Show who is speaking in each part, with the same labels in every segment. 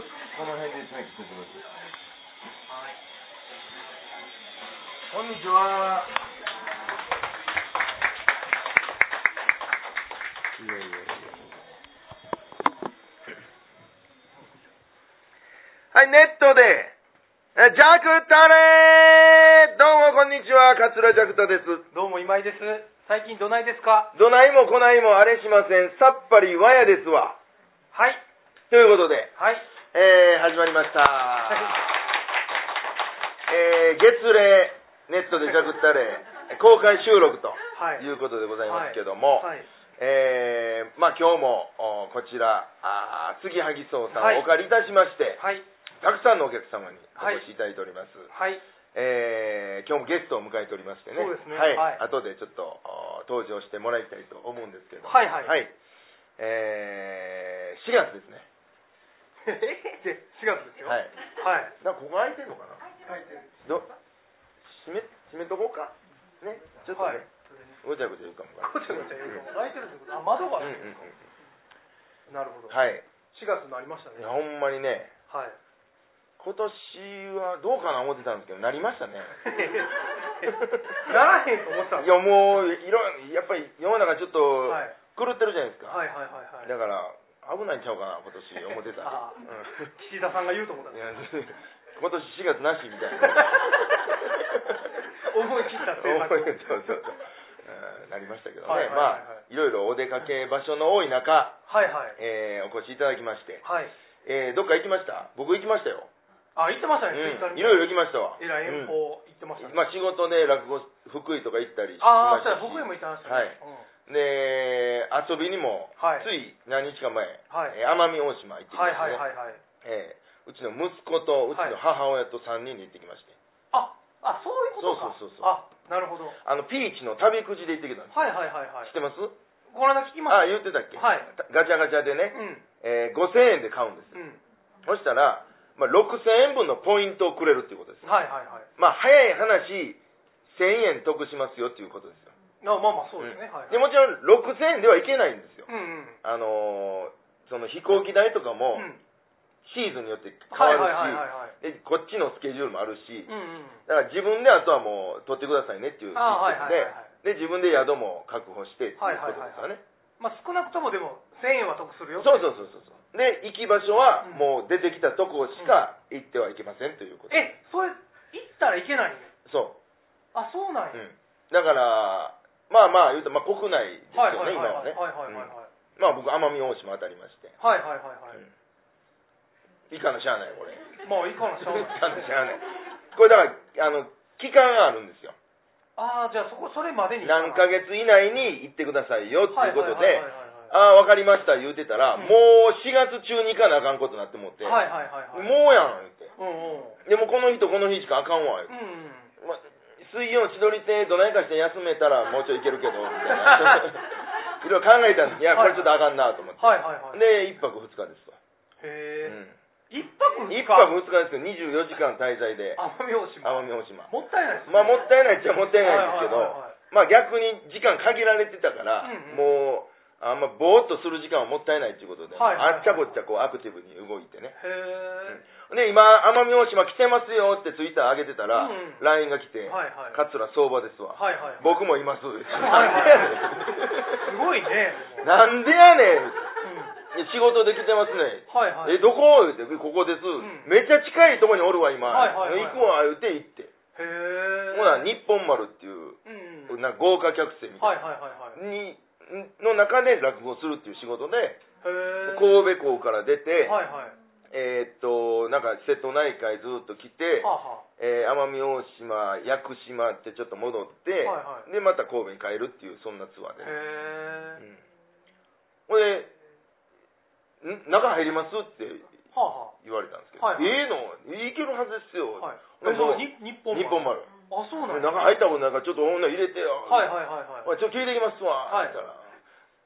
Speaker 1: この辺で締め切ってください。こんにちは。いやいやいや。
Speaker 2: はい、ネットで、えジャクタレーどうもこんにちは、桂ジャクタです。
Speaker 3: どうも今井です。最近どないですか
Speaker 2: どないもこないもあれしません。さっぱりわやですわ。
Speaker 3: はい。
Speaker 2: ということで、
Speaker 3: はい。
Speaker 2: えー、始まりました。えー、月例、ネットでジャクタレー、公開収録と
Speaker 3: は
Speaker 2: い
Speaker 3: い
Speaker 2: うことでございますけども、
Speaker 3: はい。
Speaker 2: えー、まあ今日も、おこちら、あー杉萩荘さんを
Speaker 3: はい
Speaker 2: お借りいたしまして、
Speaker 3: はい。
Speaker 2: たくさんのお客様にお越しいただいております。
Speaker 3: はい。
Speaker 2: えー今日もゲストを迎えておりましてね、
Speaker 3: そうですね
Speaker 2: はい
Speaker 3: はい
Speaker 2: 後でちょっとあー登場してもらいたいと思うんですけど、
Speaker 3: はいはい
Speaker 2: えー4月ですね、
Speaker 3: えへへで4月ですよ。
Speaker 2: は
Speaker 3: はい。
Speaker 2: い、なんかここ空いてるのかな、ど閉め閉めとこうか、ね、ちょっとね、ごちゃごちゃ言うかもか
Speaker 3: こ
Speaker 2: な
Speaker 3: ちょっと待って泣いてるってことあ、窓が
Speaker 2: うんうん
Speaker 3: 開い
Speaker 2: う
Speaker 3: てる
Speaker 2: ん
Speaker 3: んですかなるほど。
Speaker 2: はい、い
Speaker 3: 4月になりましたね。
Speaker 2: や
Speaker 3: はい。
Speaker 2: ほんまにね、今年はどうかな思ってたんですけど、なりましたね。
Speaker 3: ならへんと思ってたん
Speaker 2: い
Speaker 3: です
Speaker 2: やもういろいろやっぱり世の中ちょっと
Speaker 3: はい
Speaker 2: 狂ってるじゃないですか、
Speaker 3: はいはいはいはい。
Speaker 2: だから危ないんちゃうかな今年思ってた
Speaker 3: ああ
Speaker 2: うん
Speaker 3: 岸田さんが言うと思ったん
Speaker 2: い
Speaker 3: です
Speaker 2: や 今年4月なしみたいな
Speaker 3: 思い切った政策
Speaker 2: 思いそうそうそううんなりましたけどね、
Speaker 3: はいは
Speaker 2: まあ
Speaker 3: いはいはい
Speaker 2: いろいろお出かけ場所の多い中、
Speaker 3: はいはい。
Speaker 2: えーお越しいただきまして、
Speaker 3: はい。
Speaker 2: えーどっか行きました僕行きましたよ、
Speaker 3: あ、言ってました
Speaker 2: う
Speaker 3: ね、ツイッタ
Speaker 2: ん、
Speaker 3: ーに。
Speaker 2: いろいろ行きましたわ
Speaker 3: えらい
Speaker 2: うん
Speaker 3: 遠方行ってましたね。
Speaker 2: まあ、仕事で落語福井とか行ったりし
Speaker 3: ああ、
Speaker 2: まし
Speaker 3: そう
Speaker 2: た
Speaker 3: や、
Speaker 2: し
Speaker 3: 僕へも行ってましたね。
Speaker 2: はい
Speaker 3: うん
Speaker 2: で遊びにも、
Speaker 3: はい
Speaker 2: つい何日か前、
Speaker 3: はい
Speaker 2: えー奄美大島行ってきま
Speaker 3: はい
Speaker 2: し
Speaker 3: はい
Speaker 2: たね、
Speaker 3: はいはい。
Speaker 2: えーうちの息子とうちの母親と3人で行ってきまして、
Speaker 3: あ、あ、そういうことか。
Speaker 2: そうそうそうそう
Speaker 3: あ、なるほど。は
Speaker 2: あ
Speaker 3: い
Speaker 2: のピーチの旅くじで行ってきたんです、
Speaker 3: はいはいはい
Speaker 2: 知っ。てます
Speaker 3: この間聞きま
Speaker 2: ああ
Speaker 3: した。
Speaker 2: 言ってたっけ、
Speaker 3: はい
Speaker 2: たガチャガチャでね、えー
Speaker 3: うん。
Speaker 2: 5000円で買うんですよ、
Speaker 3: うん。
Speaker 2: そしたら、まあ、6000円分のポイントをくれるっていうことです、
Speaker 3: はいはいはい。
Speaker 2: まあ早い話1000円得しますよっていうことですよ
Speaker 3: あまあまあ、そうです
Speaker 2: ん
Speaker 3: ね。はいはい。
Speaker 2: でもちろん6000円ではいけないんですよ、
Speaker 3: うんうん。
Speaker 2: あのーその飛行機代とかも、
Speaker 3: うん。
Speaker 2: シーズンによって変
Speaker 3: はい
Speaker 2: わ
Speaker 3: はいはいは
Speaker 2: る
Speaker 3: いはい。
Speaker 2: し、でこっちのスケジュールもあるし、
Speaker 3: うんうん。
Speaker 2: だから自分であとはもう取ってくださいねっていうシステ
Speaker 3: あはいは
Speaker 2: ム
Speaker 3: いはいは
Speaker 2: で、で自分で宿も確保してっていうことですからね、
Speaker 3: まあ少なくともでも、1000円は得するよ。
Speaker 2: そう
Speaker 3: う。
Speaker 2: そうそうそう、で行き場所はもう出てきたとこしか行ってはいけませんということ、
Speaker 3: え、それ、行ったらいけないんや
Speaker 2: そ
Speaker 3: あ、そうなん
Speaker 2: う、う
Speaker 3: や。
Speaker 2: ん、だから、まあまあ言うと、まあ、国内です
Speaker 3: はい
Speaker 2: よ
Speaker 3: は
Speaker 2: ね、
Speaker 3: いはいはい。はい
Speaker 2: 今はね、うんまあ
Speaker 3: はいはいはい。
Speaker 2: 僕、奄美大島当たりまして、
Speaker 3: はいはいはいはい。
Speaker 2: いかのしゃあない、これ、い
Speaker 3: まあ、いいかもし
Speaker 2: かの
Speaker 3: れない。
Speaker 2: しゃあない、これだから、あの期間があるんですよ。
Speaker 3: ああ、じゃあそこ、それまでに。
Speaker 2: 何ヶ月以内に行ってくださいよっていうことで
Speaker 3: はい
Speaker 2: ああ、
Speaker 3: はいはいはいはい、
Speaker 2: わかりました言うてたら、
Speaker 3: うん
Speaker 2: もう4月中に行かなあかんことになって思って、
Speaker 3: はいはいはいはい。
Speaker 2: もうやん言って、
Speaker 3: うんうん。
Speaker 2: でもこの日とこの日しかあかんわ、言うて
Speaker 3: うんうん。
Speaker 2: ま水曜、千鳥亭、どないかして休めたら、もうちょ い行けるけど、みたい な、いろいろ考えたんです、いや、これちょっとあかんなと思って、
Speaker 3: はいはいはい。
Speaker 2: で、1泊2日ですわ、
Speaker 3: へえ。
Speaker 2: う
Speaker 3: 一泊
Speaker 2: ん、
Speaker 3: 二
Speaker 2: 1
Speaker 3: 日
Speaker 2: 泊2日ですけど、24時間滞在で、
Speaker 3: 奄美大島
Speaker 2: 奄美大島。
Speaker 3: もったいないですね
Speaker 2: まあもったいないっちゃもったいないんですけど、
Speaker 3: はいはいはいはい
Speaker 2: まあ逆に時間限られてたから、
Speaker 3: うんうん
Speaker 2: もうあんまぼーっとする時間はもったいないっていうことで、
Speaker 3: はいはいはい
Speaker 2: あっちゃこっちゃこうアクティブに動いてね。
Speaker 3: へえ
Speaker 2: で今奄美大島来てますよってツイッター上げてたら、
Speaker 3: うんうん
Speaker 2: LINE が来て、
Speaker 3: はいはい
Speaker 2: 桂相場ですわ、
Speaker 3: はいはい
Speaker 2: 僕もいます、
Speaker 3: はいはいすごいね
Speaker 2: なんでやねん
Speaker 3: うん
Speaker 2: なんでやねん仕事で来てますね
Speaker 3: はいはい
Speaker 2: えどこ言うてここです、
Speaker 3: ん
Speaker 2: めっちゃ近いとこにおるわ今、
Speaker 3: はいはいはい
Speaker 2: 行くわ言うて行って、
Speaker 3: へえ
Speaker 2: ほな日本丸っていう
Speaker 3: うんうん
Speaker 2: なんか豪華客船み
Speaker 3: は
Speaker 2: た
Speaker 3: い
Speaker 2: いな、
Speaker 3: はいはいはいへ
Speaker 2: にの中で落語するっていう仕事で
Speaker 3: え
Speaker 2: 神戸港から出て、
Speaker 3: はいはい
Speaker 2: えーっとなんか瀬戸内海ずっと来て
Speaker 3: はあは
Speaker 2: えー奄美、大島屋久島ってちょっと戻って、
Speaker 3: はいはい
Speaker 2: でまた神戸に帰るっていうそんなツアー
Speaker 3: あ
Speaker 2: で、
Speaker 3: へ
Speaker 2: うん
Speaker 3: え
Speaker 2: ほいでん「中入ります?」って
Speaker 3: はあは
Speaker 2: 言われたんですけど「
Speaker 3: はいはい
Speaker 2: ええのいけるはずですよ」
Speaker 3: あはい
Speaker 2: ほ
Speaker 3: え
Speaker 2: ん
Speaker 3: そ
Speaker 2: で
Speaker 3: うに日本
Speaker 2: 日本丸
Speaker 3: あそうなん
Speaker 2: で
Speaker 3: だ
Speaker 2: 中入ったことないからちょっと女入れてよ、
Speaker 3: はいはいはいはい
Speaker 2: おいちょっと聞いてきますわ、
Speaker 3: はい
Speaker 2: 言ったら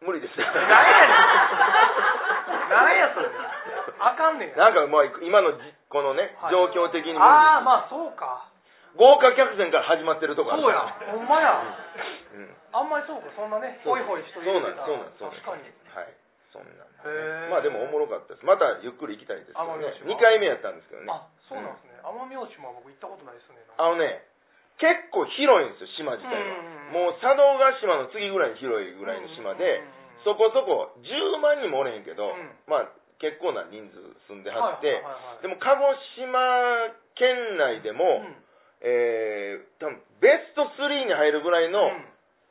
Speaker 2: 無理です
Speaker 3: 何やねん何やそれあかんね ん
Speaker 2: なんかまあ今のじこのね、
Speaker 3: はい
Speaker 2: 状況的に無理です
Speaker 3: ああまあそうか
Speaker 2: 豪華客船から始まってるとこ
Speaker 3: そ
Speaker 2: ある
Speaker 3: う
Speaker 2: か
Speaker 3: や
Speaker 2: ら
Speaker 3: ほんまや
Speaker 2: うん
Speaker 3: あんまりそうかそんなねホイホイしとい
Speaker 2: そう
Speaker 3: て
Speaker 2: なん
Speaker 3: たら
Speaker 2: そうなんそうなん
Speaker 3: 確かに
Speaker 2: はいそんなん
Speaker 3: へー
Speaker 2: まあでもおもろかったですまたゆっくり行きたいですけど
Speaker 3: 奄美
Speaker 2: ね
Speaker 3: 大島
Speaker 2: 2回目やったんですけどね
Speaker 3: あそうなんですね奄美大島は僕行ったことないですね
Speaker 2: あのね結構広いんですよ島自体は
Speaker 3: もう
Speaker 2: もう佐渡島の次ぐらいに広いぐらいの島でそこそこ10万人もおれへんけど、
Speaker 3: うん
Speaker 2: まあ結構な人数住んではって、で
Speaker 3: も
Speaker 2: も鹿児島県内でも、えー、多分ベスト3に入るぐらいの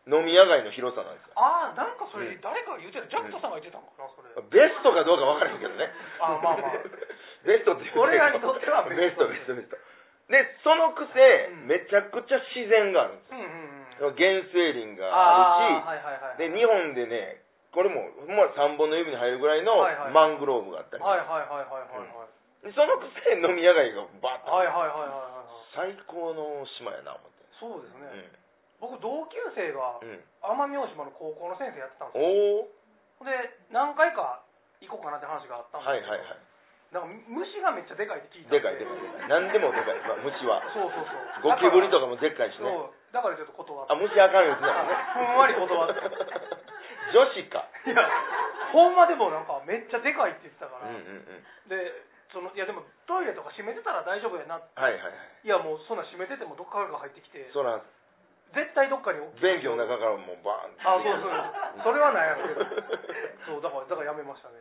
Speaker 2: 飲み屋街の広さなんですよ、
Speaker 3: ああなんかそれ誰かが言ってたジャクトさんが言ってたのかなそれ
Speaker 2: ベストかどうか分からへんけどね
Speaker 3: あま あまあ
Speaker 2: ベストって言うけど
Speaker 3: 俺らにとっては
Speaker 2: ベ
Speaker 3: ベ
Speaker 2: ス
Speaker 3: ス
Speaker 2: ト
Speaker 3: ト
Speaker 2: ベストベストでそのくせ、
Speaker 3: うん
Speaker 2: めちゃくちゃ自然があるんです
Speaker 3: うんうんうん
Speaker 2: よ原生林があるし
Speaker 3: あーはいはいはい
Speaker 2: で日本でねこれもほんま3本の指に入るぐらいの
Speaker 3: はいはい
Speaker 2: マングローブがあったり、
Speaker 3: はいはいはいはいはいはい
Speaker 2: でそのくせ飲み屋街がバッと、
Speaker 3: はいはいはいはいはいはい
Speaker 2: 最高の島やな思って、
Speaker 3: そうですね僕同級生が
Speaker 2: うんうん、
Speaker 3: 奄美大島の高校の先生やってたんですよ
Speaker 2: おお
Speaker 3: で何回か行こうかなって話があったん
Speaker 2: はい
Speaker 3: ですけど
Speaker 2: はいはい
Speaker 3: なんか虫がめっちゃでかいって聞いたん
Speaker 2: でかいでかいでかい何でもでかい、まあ、虫は
Speaker 3: そうそうそう
Speaker 2: ゴキブリと
Speaker 3: か
Speaker 2: かもでっかいしね
Speaker 3: そうだからちょっと断った
Speaker 2: あ虫あかんですね
Speaker 3: ふんわり断った
Speaker 2: 女子か
Speaker 3: いやほんまでもなんかめっちゃでかいって言ってたか
Speaker 2: うん
Speaker 3: ら、
Speaker 2: うんうん
Speaker 3: でそのいやでもトイレとか閉めてたら大丈夫やなって
Speaker 2: はいはいはい
Speaker 3: いやもうそんなん閉めててもどっからか入ってきて
Speaker 2: そら
Speaker 3: 絶対どっかに大き
Speaker 2: 便器の
Speaker 3: い
Speaker 2: 中からもうバーンって
Speaker 3: あそうそうそれはないやろうけ どそうだからだからやめましたね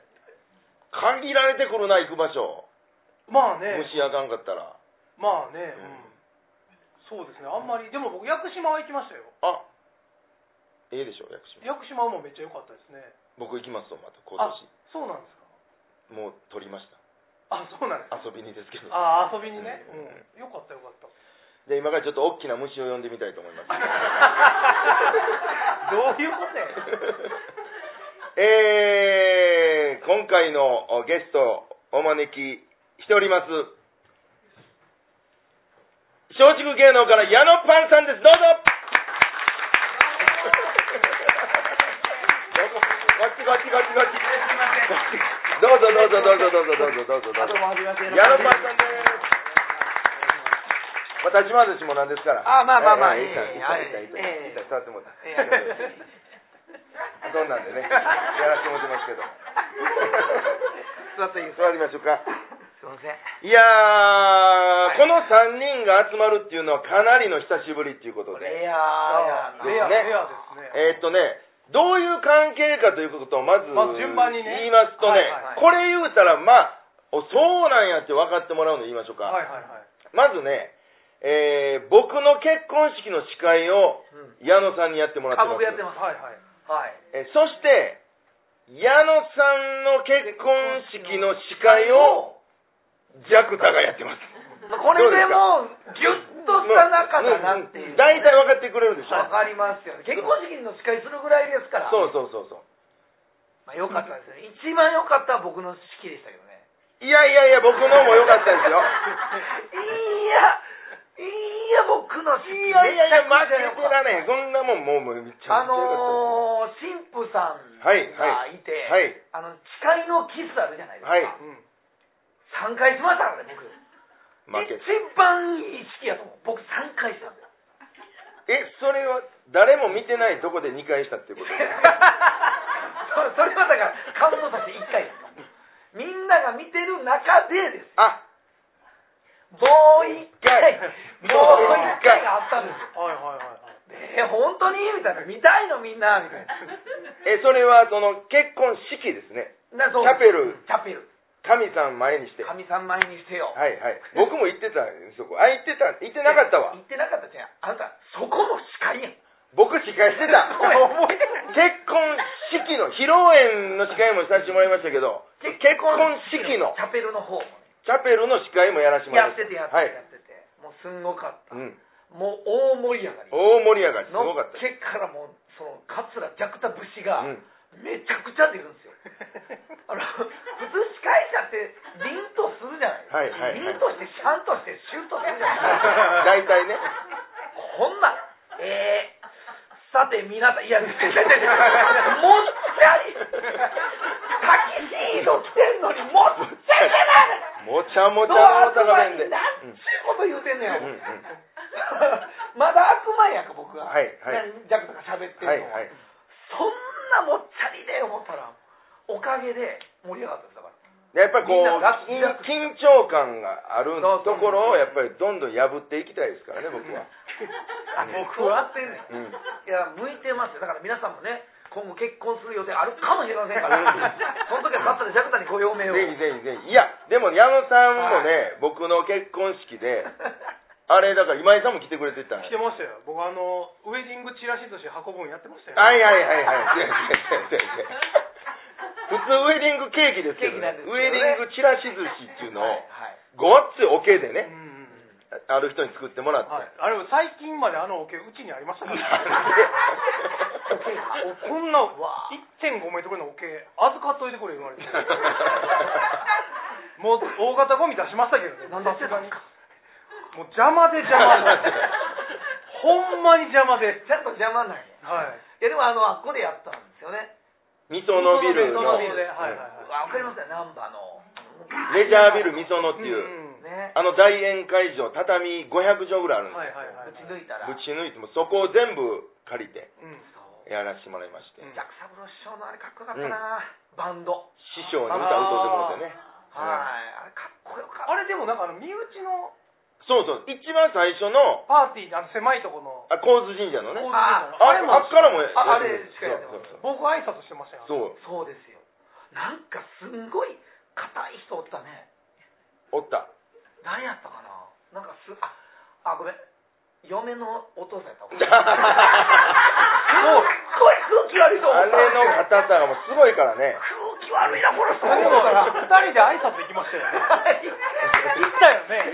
Speaker 2: 限られてくるな行く場所
Speaker 3: まあね
Speaker 2: 虫あかんかったら
Speaker 3: まあね、
Speaker 2: うん
Speaker 3: うんそうですねあんまりでも僕屋久島は行きましたよ
Speaker 2: あええでしょ屋久島
Speaker 3: 屋久島はもうめっちゃ良かったですね
Speaker 2: 僕行きますとまた今
Speaker 3: あそうなんですか
Speaker 2: 年もう取りまし
Speaker 3: あそうなんです
Speaker 2: た遊びにですけど
Speaker 3: あ遊びにね、
Speaker 2: うん
Speaker 3: うん、よかったよかった
Speaker 2: じゃあ今からちょっと大きな虫を呼んでみたいと思い ます
Speaker 3: どういうことや
Speaker 2: えー、今回のゲストお招きしております松竹芸能から矢野パンさんですど うぞこっちこっちこっちこっちどうぞどうぞどうぞどうぞどうぞどうぞどうぞ
Speaker 4: はじめまして
Speaker 2: 矢野パンさんですまあ、立ち回るしもなんですから。
Speaker 4: あまあまあまあ
Speaker 2: ええええいいかいいかいいか
Speaker 4: ええ
Speaker 2: いいかいいか座ってもらって
Speaker 4: ええありがとうございます
Speaker 2: そんなん でね、やらせてもらってますけど。
Speaker 4: 座っていいです
Speaker 2: 座りましょうか。
Speaker 4: すいません
Speaker 2: いやー、この3人が集まるっていうのはかなりの久しぶりっていうことで。
Speaker 4: レア
Speaker 2: ー
Speaker 3: レア
Speaker 2: ね
Speaker 3: レア
Speaker 2: えー
Speaker 3: ですね
Speaker 2: っとね、どういう関係かということをまず
Speaker 3: まず順番に
Speaker 2: 言
Speaker 3: ね
Speaker 2: いますとね、
Speaker 3: はいはい
Speaker 2: これ言うたら、まあ、おそうなんやって分かってもらうの言いましょうか。
Speaker 3: はいはいはい
Speaker 2: まずね、えー僕の結婚式の司会を
Speaker 4: うん
Speaker 2: 矢野さんにやってもらって
Speaker 4: あ
Speaker 2: ます。
Speaker 4: 僕やってます
Speaker 3: はいはい
Speaker 4: はい
Speaker 2: えーそして、矢野さんの結婚式の司会をジャクタがやってます。
Speaker 4: これでもうギュッとした仲だなっていう
Speaker 2: 大体分かってくれるでしょ。
Speaker 4: わかりますよね結婚式の司会するぐらいですから
Speaker 2: そうそうそうそう。
Speaker 4: まあ良かったですね一番良かったは僕の式でしたけどね
Speaker 2: いやいやいや、僕のも良かったです よ。
Speaker 4: いやいや僕の式
Speaker 2: いやいやいや、マジ
Speaker 4: めちゃくちゃ良
Speaker 2: でだね。
Speaker 4: かった
Speaker 2: そんなもん、もうもうめっちゃ
Speaker 4: あ
Speaker 2: めちゃ良かったです。
Speaker 4: のー、神父さん
Speaker 2: はいは
Speaker 4: が
Speaker 2: い
Speaker 4: いて、
Speaker 2: はい
Speaker 4: あの誓いのキスあるじゃないです
Speaker 2: はい
Speaker 4: か、
Speaker 3: うん
Speaker 4: 3回しましたからね僕
Speaker 2: 負け
Speaker 4: 一。番いい式やと思う僕3回 したんだ
Speaker 2: え、それは誰も見てないとこで2回したっていう こと
Speaker 4: そそれはだからカウントさせて1回ですみんなが見てる中でです
Speaker 2: あ、
Speaker 4: もう1
Speaker 2: 一
Speaker 4: 回
Speaker 2: 回
Speaker 4: もう1回があったんですよ
Speaker 3: はいはいはいはい
Speaker 4: えー本当にみたいな見たいのみんなみたいな
Speaker 2: え、それはその結婚式ですね。
Speaker 4: な
Speaker 2: チ
Speaker 4: そう
Speaker 2: ャペル、
Speaker 4: チャペル
Speaker 2: 神さん前にして。はい
Speaker 4: 神さん前にしてよ、
Speaker 2: はい。僕も行ってたんですそこ。あ、行ってた、行ってなかったわ
Speaker 4: 言。ってなかったじゃんあなたそこも司会やん
Speaker 2: 僕司会してた。
Speaker 4: そうや覚えてない
Speaker 2: 結婚式の、披露宴の司会もさせてもらいましたけど、結婚式の
Speaker 4: チャペルの方もね
Speaker 2: チャペルの司会もやらせても
Speaker 4: や
Speaker 2: らい
Speaker 4: っ
Speaker 2: ました
Speaker 4: ててやって
Speaker 2: は
Speaker 4: て
Speaker 2: い
Speaker 4: や。ってて、もうすんごかった、
Speaker 2: うん。
Speaker 4: もう大盛り上がり
Speaker 2: 大盛り上がり、す
Speaker 4: の
Speaker 2: ごか った。
Speaker 4: 結からもうその桂ジャクタ節が
Speaker 2: うん
Speaker 4: めちゃくちゃ出るんですよ、 あの普通司会者って凛とするじゃ
Speaker 2: はい
Speaker 4: ない
Speaker 2: はいはい
Speaker 4: 凛としてシャンとしてシュンとするじゃない
Speaker 2: 大 体ね。
Speaker 4: こんなんえーさて皆さんいやもっちゃりタキシード着てんのにもっちゃりじゃない
Speaker 2: もちゃもち
Speaker 4: ド
Speaker 2: ゃの
Speaker 4: ア
Speaker 2: 高弁で。
Speaker 4: になんちゅうこと言うてんのや、
Speaker 2: うんうん
Speaker 4: まだ悪魔やんか僕は
Speaker 2: はいはい
Speaker 4: なジャックとか喋って
Speaker 2: はい
Speaker 4: るの、
Speaker 2: はい。
Speaker 4: そんなもっちゃりで思ったらおかげで盛り上がったんですだから
Speaker 2: でやっぱりこ
Speaker 4: みんなが
Speaker 2: う、緊緊張感がある
Speaker 4: そうそう
Speaker 2: ところを、やっぱりどんどん破っていきたいですからね、僕 は。
Speaker 4: あ僕はっ
Speaker 2: う
Speaker 4: て、
Speaker 2: ん
Speaker 4: いや向いてますよだから皆さんもね今後結婚する予定あるかもしれませんからその時はバッタでジャクタにご用命を
Speaker 2: ぜひぜひぜひ。いや、でも矢野さんもね、僕の結婚式で、あれ、だから今井さんも来てくれてたん
Speaker 3: 来てましたよ僕あのウェディングチラシとして運ぶんやってましたよ
Speaker 2: はいはいはい はい。違う違う違う違う普通ウェディングケーキですけど、ね、
Speaker 4: ケーキなんですけど
Speaker 2: ウ
Speaker 4: ね
Speaker 2: ェディングチラシ寿司っていうのを、
Speaker 4: はい
Speaker 2: ごっついおけで
Speaker 3: うん
Speaker 2: ね、
Speaker 3: うんうん
Speaker 2: ある人に作ってもらって。
Speaker 3: はい、あれ最近まであのおけうちにありま したから、
Speaker 2: なんで
Speaker 3: おけこんな1.5メートルのおけ預かっといてくれ言われてもう大型ゴミ出しましたけどね
Speaker 4: なんでしてたんですか
Speaker 3: もう邪魔で邪魔でほんまに邪魔で
Speaker 4: ちゃんと邪魔なんやい
Speaker 3: はい
Speaker 4: やでもあのあっこでやったんですよね
Speaker 2: 味噌のビル
Speaker 3: 味噌
Speaker 2: の、
Speaker 3: のビルではいはいは
Speaker 4: わかりますよ難波の
Speaker 2: レジャービル味噌のっ
Speaker 3: い
Speaker 2: ていう、
Speaker 3: んん
Speaker 4: ね
Speaker 2: あの大宴会場、畳500畳ぐらいあるん
Speaker 3: はい
Speaker 2: で
Speaker 3: はいはい
Speaker 4: ぶち抜いた
Speaker 2: す。
Speaker 4: ら
Speaker 2: ぶち抜いても、そこを全部借りて
Speaker 3: うん
Speaker 4: そう
Speaker 2: やらせてもらいまして、
Speaker 3: うん
Speaker 4: ジャクサブロ師匠のあれかっこよかったな、バンド
Speaker 2: 師匠に歌歌うてもらってね。
Speaker 4: はいあれかっこよかった
Speaker 3: あれでもなんかあの身内の
Speaker 2: そうそう、一番最初の、
Speaker 3: パーティーのあの狭いとこの
Speaker 2: あ、神津神社のね、
Speaker 4: あ
Speaker 2: あれも、あっからもや
Speaker 4: ああれしかやってま
Speaker 2: そう
Speaker 4: す
Speaker 2: そう
Speaker 3: 僕挨拶してましたよ
Speaker 2: そう。そう
Speaker 4: そうですよなんかすんごい硬い人おったね
Speaker 2: おった。
Speaker 4: 誰やったかななんかすああごめん嫁のお父さ んやったわすっごい空気悪いと思
Speaker 2: あれ
Speaker 4: った
Speaker 2: の硬さがもうすごいからね。
Speaker 4: 空気悪いなこの人
Speaker 3: だけど二人で挨拶行きましたよね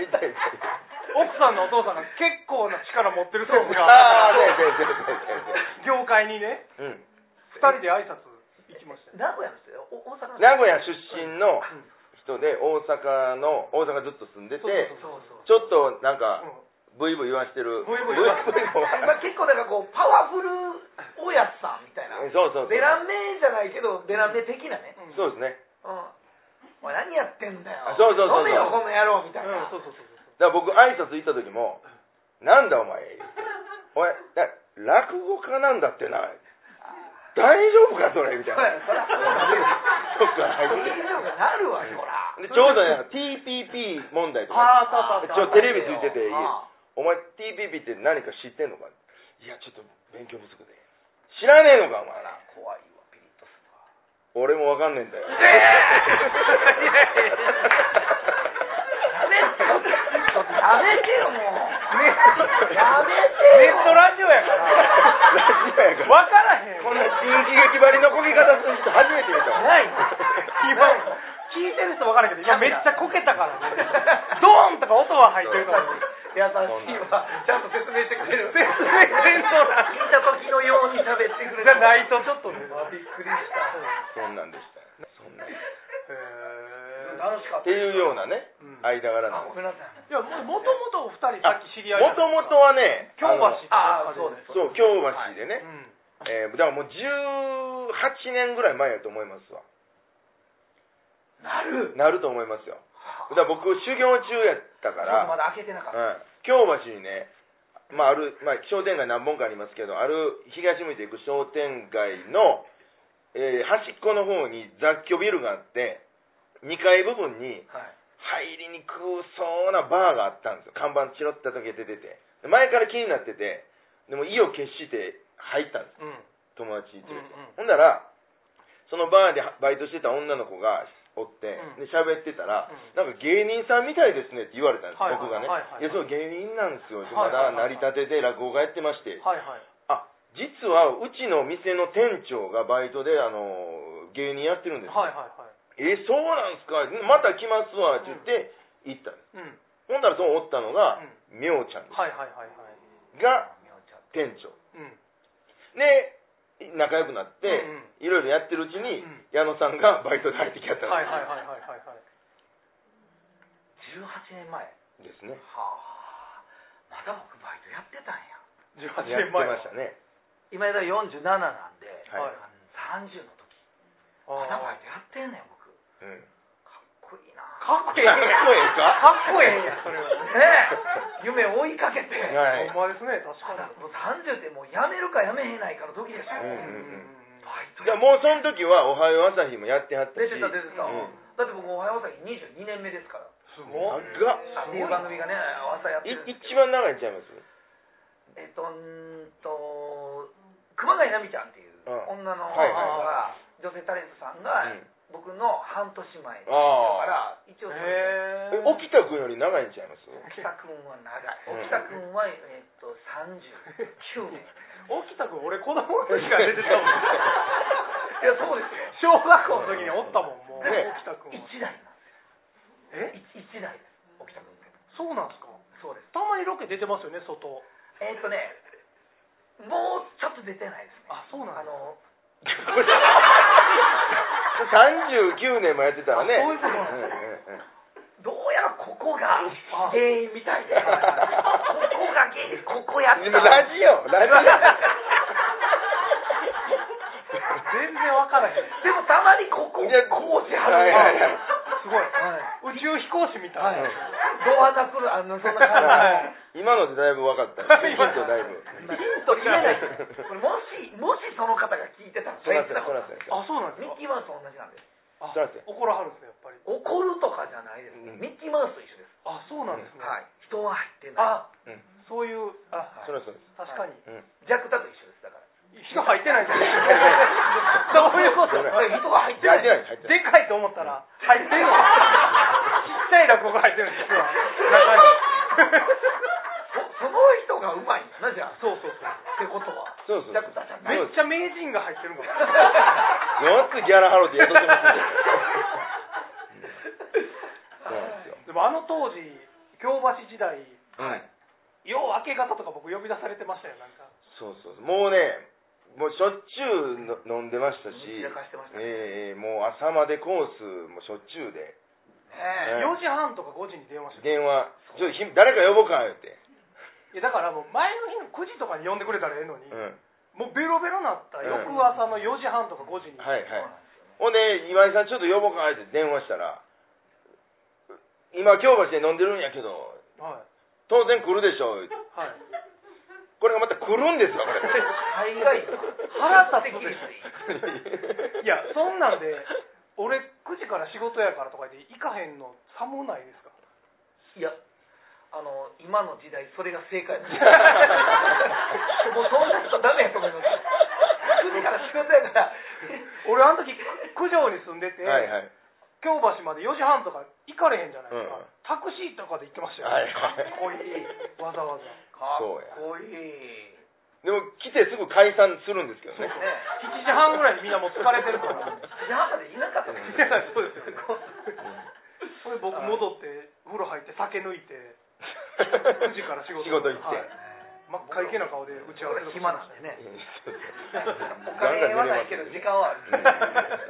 Speaker 3: 行ったよね
Speaker 2: 痛い痛い痛い
Speaker 3: 奥さんのお父さんが結構な力持ってるそう
Speaker 2: あ
Speaker 3: が
Speaker 2: あ、痛い痛い痛
Speaker 3: 業界にね
Speaker 2: い痛い痛い。うん。
Speaker 3: 二人で挨拶行きましたよ
Speaker 4: 名古屋の人よお大阪の人
Speaker 2: 名古屋出身の人で、大阪の、大阪ずっと住んでて、ち
Speaker 4: そうそう
Speaker 2: ょっとなんか、
Speaker 3: うん
Speaker 2: ブイブイ言わしてる。
Speaker 3: ブイブイ言わしてる
Speaker 4: 今結構だからこうパワフルおやつさんみたいな
Speaker 2: そうそうそう。
Speaker 4: ベラメじゃないけどベラメ的なね
Speaker 3: うん
Speaker 2: そうですね。
Speaker 4: うんお前何やってんだよ
Speaker 2: あそうそうそうそう
Speaker 4: 飲めよこの野郎みたい
Speaker 3: うん
Speaker 4: な、
Speaker 3: そうそうそうそう
Speaker 2: だから僕、挨拶行った時も、なんだお 前、おい、だ落語家なんだってな。大丈夫かそれみたいな。
Speaker 4: そうやそりゃ
Speaker 2: そっか、入って
Speaker 4: 大丈夫かなるわそら
Speaker 2: でちょうどね TPP 問題とか、
Speaker 3: ああそう
Speaker 2: ち
Speaker 3: そうそう
Speaker 2: ょテレビついてて
Speaker 4: ああ
Speaker 2: 「お前 TPP って何か知ってんのか?」いやちょっと勉強不足で知らねえのかお前な
Speaker 4: 怖いわピリッとするわ
Speaker 2: 俺もわかんねえんだよ、
Speaker 4: え やめてよもうやめて
Speaker 3: ネ
Speaker 4: よ
Speaker 3: ットラジオやから
Speaker 2: ラジオやから
Speaker 3: 分からへん
Speaker 2: こんな新喜劇ばりのこぎ方する人初めて見たわ
Speaker 4: ない
Speaker 3: 今聞いてる人分からへんけど今めっちゃこけたからねドーンとか音は入ってるから
Speaker 4: 優しいわちゃんと説明してくれる
Speaker 3: 説明全然
Speaker 4: 聞いた時のように喋ってくれる
Speaker 3: じゃないとちょっとね
Speaker 4: びっくりした
Speaker 2: そんなんでしたよそんなんっ
Speaker 3: へえ
Speaker 4: 楽しかった
Speaker 2: ていうようなね、
Speaker 3: うん
Speaker 2: 間柄
Speaker 4: あ
Speaker 2: なん
Speaker 4: ご
Speaker 2: です
Speaker 4: めんなさい
Speaker 3: いやもともとお二人さっき知り合い
Speaker 2: もともとはね
Speaker 3: 京橋って
Speaker 4: あそうです
Speaker 2: あのそう京橋でね、
Speaker 3: うん
Speaker 2: えーだからもう18年ぐらい前やと思いますわ
Speaker 4: なる
Speaker 2: なると思いますよだから僕修行中やったか
Speaker 4: ちょっ
Speaker 2: ら
Speaker 4: とまだ開けてなかった
Speaker 2: うん京橋にね、まあ、ある、まあ、商店街何本かありますけど、ある東向いていく商店街の、えー端っこの方に雑居ビルがあって、2階部分に
Speaker 4: はい
Speaker 2: 入りにくそうなバーがあったんですよ。看板チロッとだけ出てて。で前から気になってて、でも意を決して入ったんです。
Speaker 3: うん
Speaker 2: 友達に連れて。
Speaker 3: うんうん
Speaker 2: ほんだら、そのバーでバイトしてた女の子がおって、
Speaker 3: うん
Speaker 2: で喋ってたら、
Speaker 3: うん
Speaker 2: なんか芸人さんみたいですねって言われたんです、
Speaker 3: はいはい
Speaker 2: 僕がね、
Speaker 3: はいはいはい
Speaker 2: いや、その芸人なんですよ、
Speaker 3: はいはいはい
Speaker 2: まだ成り立てで落語家やってまして、
Speaker 3: はいはい
Speaker 2: あ実はうちの店の店長がバイトで、あの芸人やってるんですよ、
Speaker 3: はいはいは
Speaker 2: えそうなんすか、また来ますわって言って、行ったんです、
Speaker 3: いうん
Speaker 2: ほんだらそのおったのが、みょうちゃんです
Speaker 3: はいはいはいはい
Speaker 2: が
Speaker 4: みょうちゃん
Speaker 2: 店長。
Speaker 3: うん
Speaker 2: で仲良くなって、
Speaker 3: うん
Speaker 2: いろいろやってるうちに、
Speaker 3: うん
Speaker 2: 矢野さんがバイトで入ってきちゃった
Speaker 3: はいはい
Speaker 2: ん
Speaker 3: はいはいはいはい
Speaker 4: 18年前
Speaker 2: ですね、
Speaker 4: はあまだ僕バイトやってたんや
Speaker 3: 18
Speaker 2: やって
Speaker 3: 年前
Speaker 2: ましたね
Speaker 4: 今だから47なんで、
Speaker 2: はい
Speaker 3: はい
Speaker 4: 30の時
Speaker 3: あー
Speaker 4: まだバイトやってんねん僕
Speaker 2: うん
Speaker 4: かっこいいな
Speaker 3: かっこええ
Speaker 2: かっこええか
Speaker 3: かっこええんやそれは
Speaker 4: ねえ夢を追いかけて、
Speaker 2: はい
Speaker 3: ほんまですね確
Speaker 4: ま
Speaker 3: か
Speaker 4: だ
Speaker 3: に
Speaker 4: もう30ってもうやめるかやめへんないかの時でしょ、
Speaker 2: うんうん
Speaker 3: うんうんうん
Speaker 4: ババイト
Speaker 2: だからもうその時は「おはよう朝日」もやってはったし
Speaker 4: 出てた出てた、
Speaker 2: うん
Speaker 4: だって僕おはよう朝日22年目ですから
Speaker 1: すごい。
Speaker 2: 長っ
Speaker 4: っていう番組がね朝やって
Speaker 2: い
Speaker 4: るんです
Speaker 2: 一
Speaker 4: けど
Speaker 2: 番長いんちゃいます
Speaker 4: えっとうーんと熊谷奈美ちゃんっていう
Speaker 2: う
Speaker 4: 女の
Speaker 2: はいはい
Speaker 4: 女性タレントさんが
Speaker 2: うん
Speaker 4: 僕の半年前だか
Speaker 2: ああ
Speaker 4: ら一応それで
Speaker 3: へ
Speaker 2: え沖田君より長いんちゃいます
Speaker 4: 沖田君は長
Speaker 2: うん
Speaker 4: い沖田君はえっと39年
Speaker 3: 沖田君俺子供の時から出てたもん
Speaker 4: いやそうですよ
Speaker 3: 小学校の時におったもんもう、
Speaker 2: ね
Speaker 3: 沖田君
Speaker 4: 一
Speaker 3: は
Speaker 4: 台なんです
Speaker 3: え
Speaker 4: 一一台です沖田君って
Speaker 3: そうなんですか
Speaker 4: そうです
Speaker 3: たまにロケ出てますよね外
Speaker 4: えっとねもうちょっと出てないですね
Speaker 3: あそうなん
Speaker 4: あ
Speaker 3: だ
Speaker 4: の
Speaker 2: 39年もやってたらね
Speaker 3: あそういうことなん
Speaker 2: んうん
Speaker 3: だ
Speaker 2: うん
Speaker 4: どうやらここ
Speaker 3: あ
Speaker 4: が原因みたいで、ここが原因、ここやって
Speaker 2: で
Speaker 4: た
Speaker 2: も
Speaker 4: わ。
Speaker 2: ラジオラジ
Speaker 3: 全然わからへんす
Speaker 4: でもたまにここ、こう
Speaker 2: いや
Speaker 4: しは
Speaker 2: はい
Speaker 4: る
Speaker 2: はいはい
Speaker 3: ごい、宇宙飛行士みたいな、
Speaker 4: ドアナプル、あの、そんな
Speaker 3: は
Speaker 4: 感
Speaker 3: い
Speaker 2: オ今のでだいぶ分かっ たヒントだいぶ
Speaker 4: じ。ヒント言えないです。これもし、もしその方が聞いてたら、
Speaker 2: そらせ
Speaker 4: だ
Speaker 2: そら
Speaker 4: ミ
Speaker 2: せ
Speaker 3: あそうなんです
Speaker 4: ッ
Speaker 3: か
Speaker 4: キーマウスと同じなんです。
Speaker 3: あ
Speaker 2: そうなんですよ
Speaker 3: 怒らはるんですねやっぱり
Speaker 4: 怒るとかじゃないです。
Speaker 2: うん
Speaker 4: ミッキーマウスと一緒です。
Speaker 3: あそうなんですね、
Speaker 4: はい。人は入ってない。
Speaker 3: あ
Speaker 2: うん
Speaker 3: そういうあ
Speaker 2: そらそうです
Speaker 3: 確かに、
Speaker 2: うん
Speaker 4: 弱だと一緒です。だから。
Speaker 3: 人入ってないじゃないですか そういうこと
Speaker 2: そうだ
Speaker 4: あれ人が入って
Speaker 2: 入って。ない
Speaker 4: ない
Speaker 2: 入ってない
Speaker 3: でかいと思ったら入ってんのちっちゃい落語が入ってるんですよ中に
Speaker 4: そその人がうまいんだな、じゃあ。
Speaker 3: そうそうそう
Speaker 4: ってことは。
Speaker 2: そうそうそう
Speaker 4: ジャクタじゃな
Speaker 3: め
Speaker 4: い。
Speaker 3: っちゃ名人が入ってるも ん
Speaker 2: 四つギャラハロってやっとってますんでそうなんですよ
Speaker 3: でもあの当時京橋時
Speaker 2: う
Speaker 3: 代
Speaker 2: ん
Speaker 3: よう明け方とか僕呼び出されてましたよなんか
Speaker 2: そうそうそうもうねもうしょっちゅうの飲んでましたし
Speaker 4: 散らかしてましたね
Speaker 2: ええもう朝までコースもしょっちゅうで
Speaker 4: ね
Speaker 2: ええ
Speaker 4: え
Speaker 3: 4時半とか5時に電話して
Speaker 2: 電話ちょっとひ誰か呼ぼうか言って、
Speaker 3: いやだからもう前の日の9時とかに呼んでくれたらええのに、
Speaker 2: うん、
Speaker 3: もうベロベロなった
Speaker 2: うん
Speaker 3: 翌朝の4時半とか5時に、
Speaker 2: はいはい
Speaker 4: そうなんですよね
Speaker 2: ほんで岩井さんちょっと呼ぼうか言って電話したら今京橋で飲んでるんやけど
Speaker 3: はい
Speaker 2: 当然来るでしょ言うて
Speaker 3: はい
Speaker 2: これがまた来るんですよこれ
Speaker 4: 大概
Speaker 3: 腹立つ
Speaker 2: ょ
Speaker 3: でしいやそんなんで俺9時から仕事やからとか言って行かへんの寒ないですか
Speaker 4: いやあの今の時代それが正解な んです もうそんな人ダメやと思います9時から仕事やから
Speaker 3: 俺あの時九条に住んでて、
Speaker 2: はいはい
Speaker 3: 京橋まで4時半とか行かれへんじゃないですか、
Speaker 2: うん
Speaker 3: タクシーとかで行ってましたよ、
Speaker 2: はいはい
Speaker 3: かっこいいわざわざ
Speaker 4: かっ
Speaker 2: そうや
Speaker 4: こいい
Speaker 2: でも来てすぐ解散するんですけどね
Speaker 4: ね
Speaker 3: 7時半ぐらいにみんなもう疲れてるから
Speaker 4: じゃあまでいなかったです
Speaker 3: い
Speaker 4: ね
Speaker 3: やそうですよねそれ僕戻って風呂入って酒抜いて9時 から仕事
Speaker 2: 仕事行って、
Speaker 3: はい真っ赤いけな顔で打ち合わせ
Speaker 4: 俺
Speaker 3: とか
Speaker 4: 暇なんでね
Speaker 2: そうそう
Speaker 4: お金はないけど時間はある
Speaker 2: うん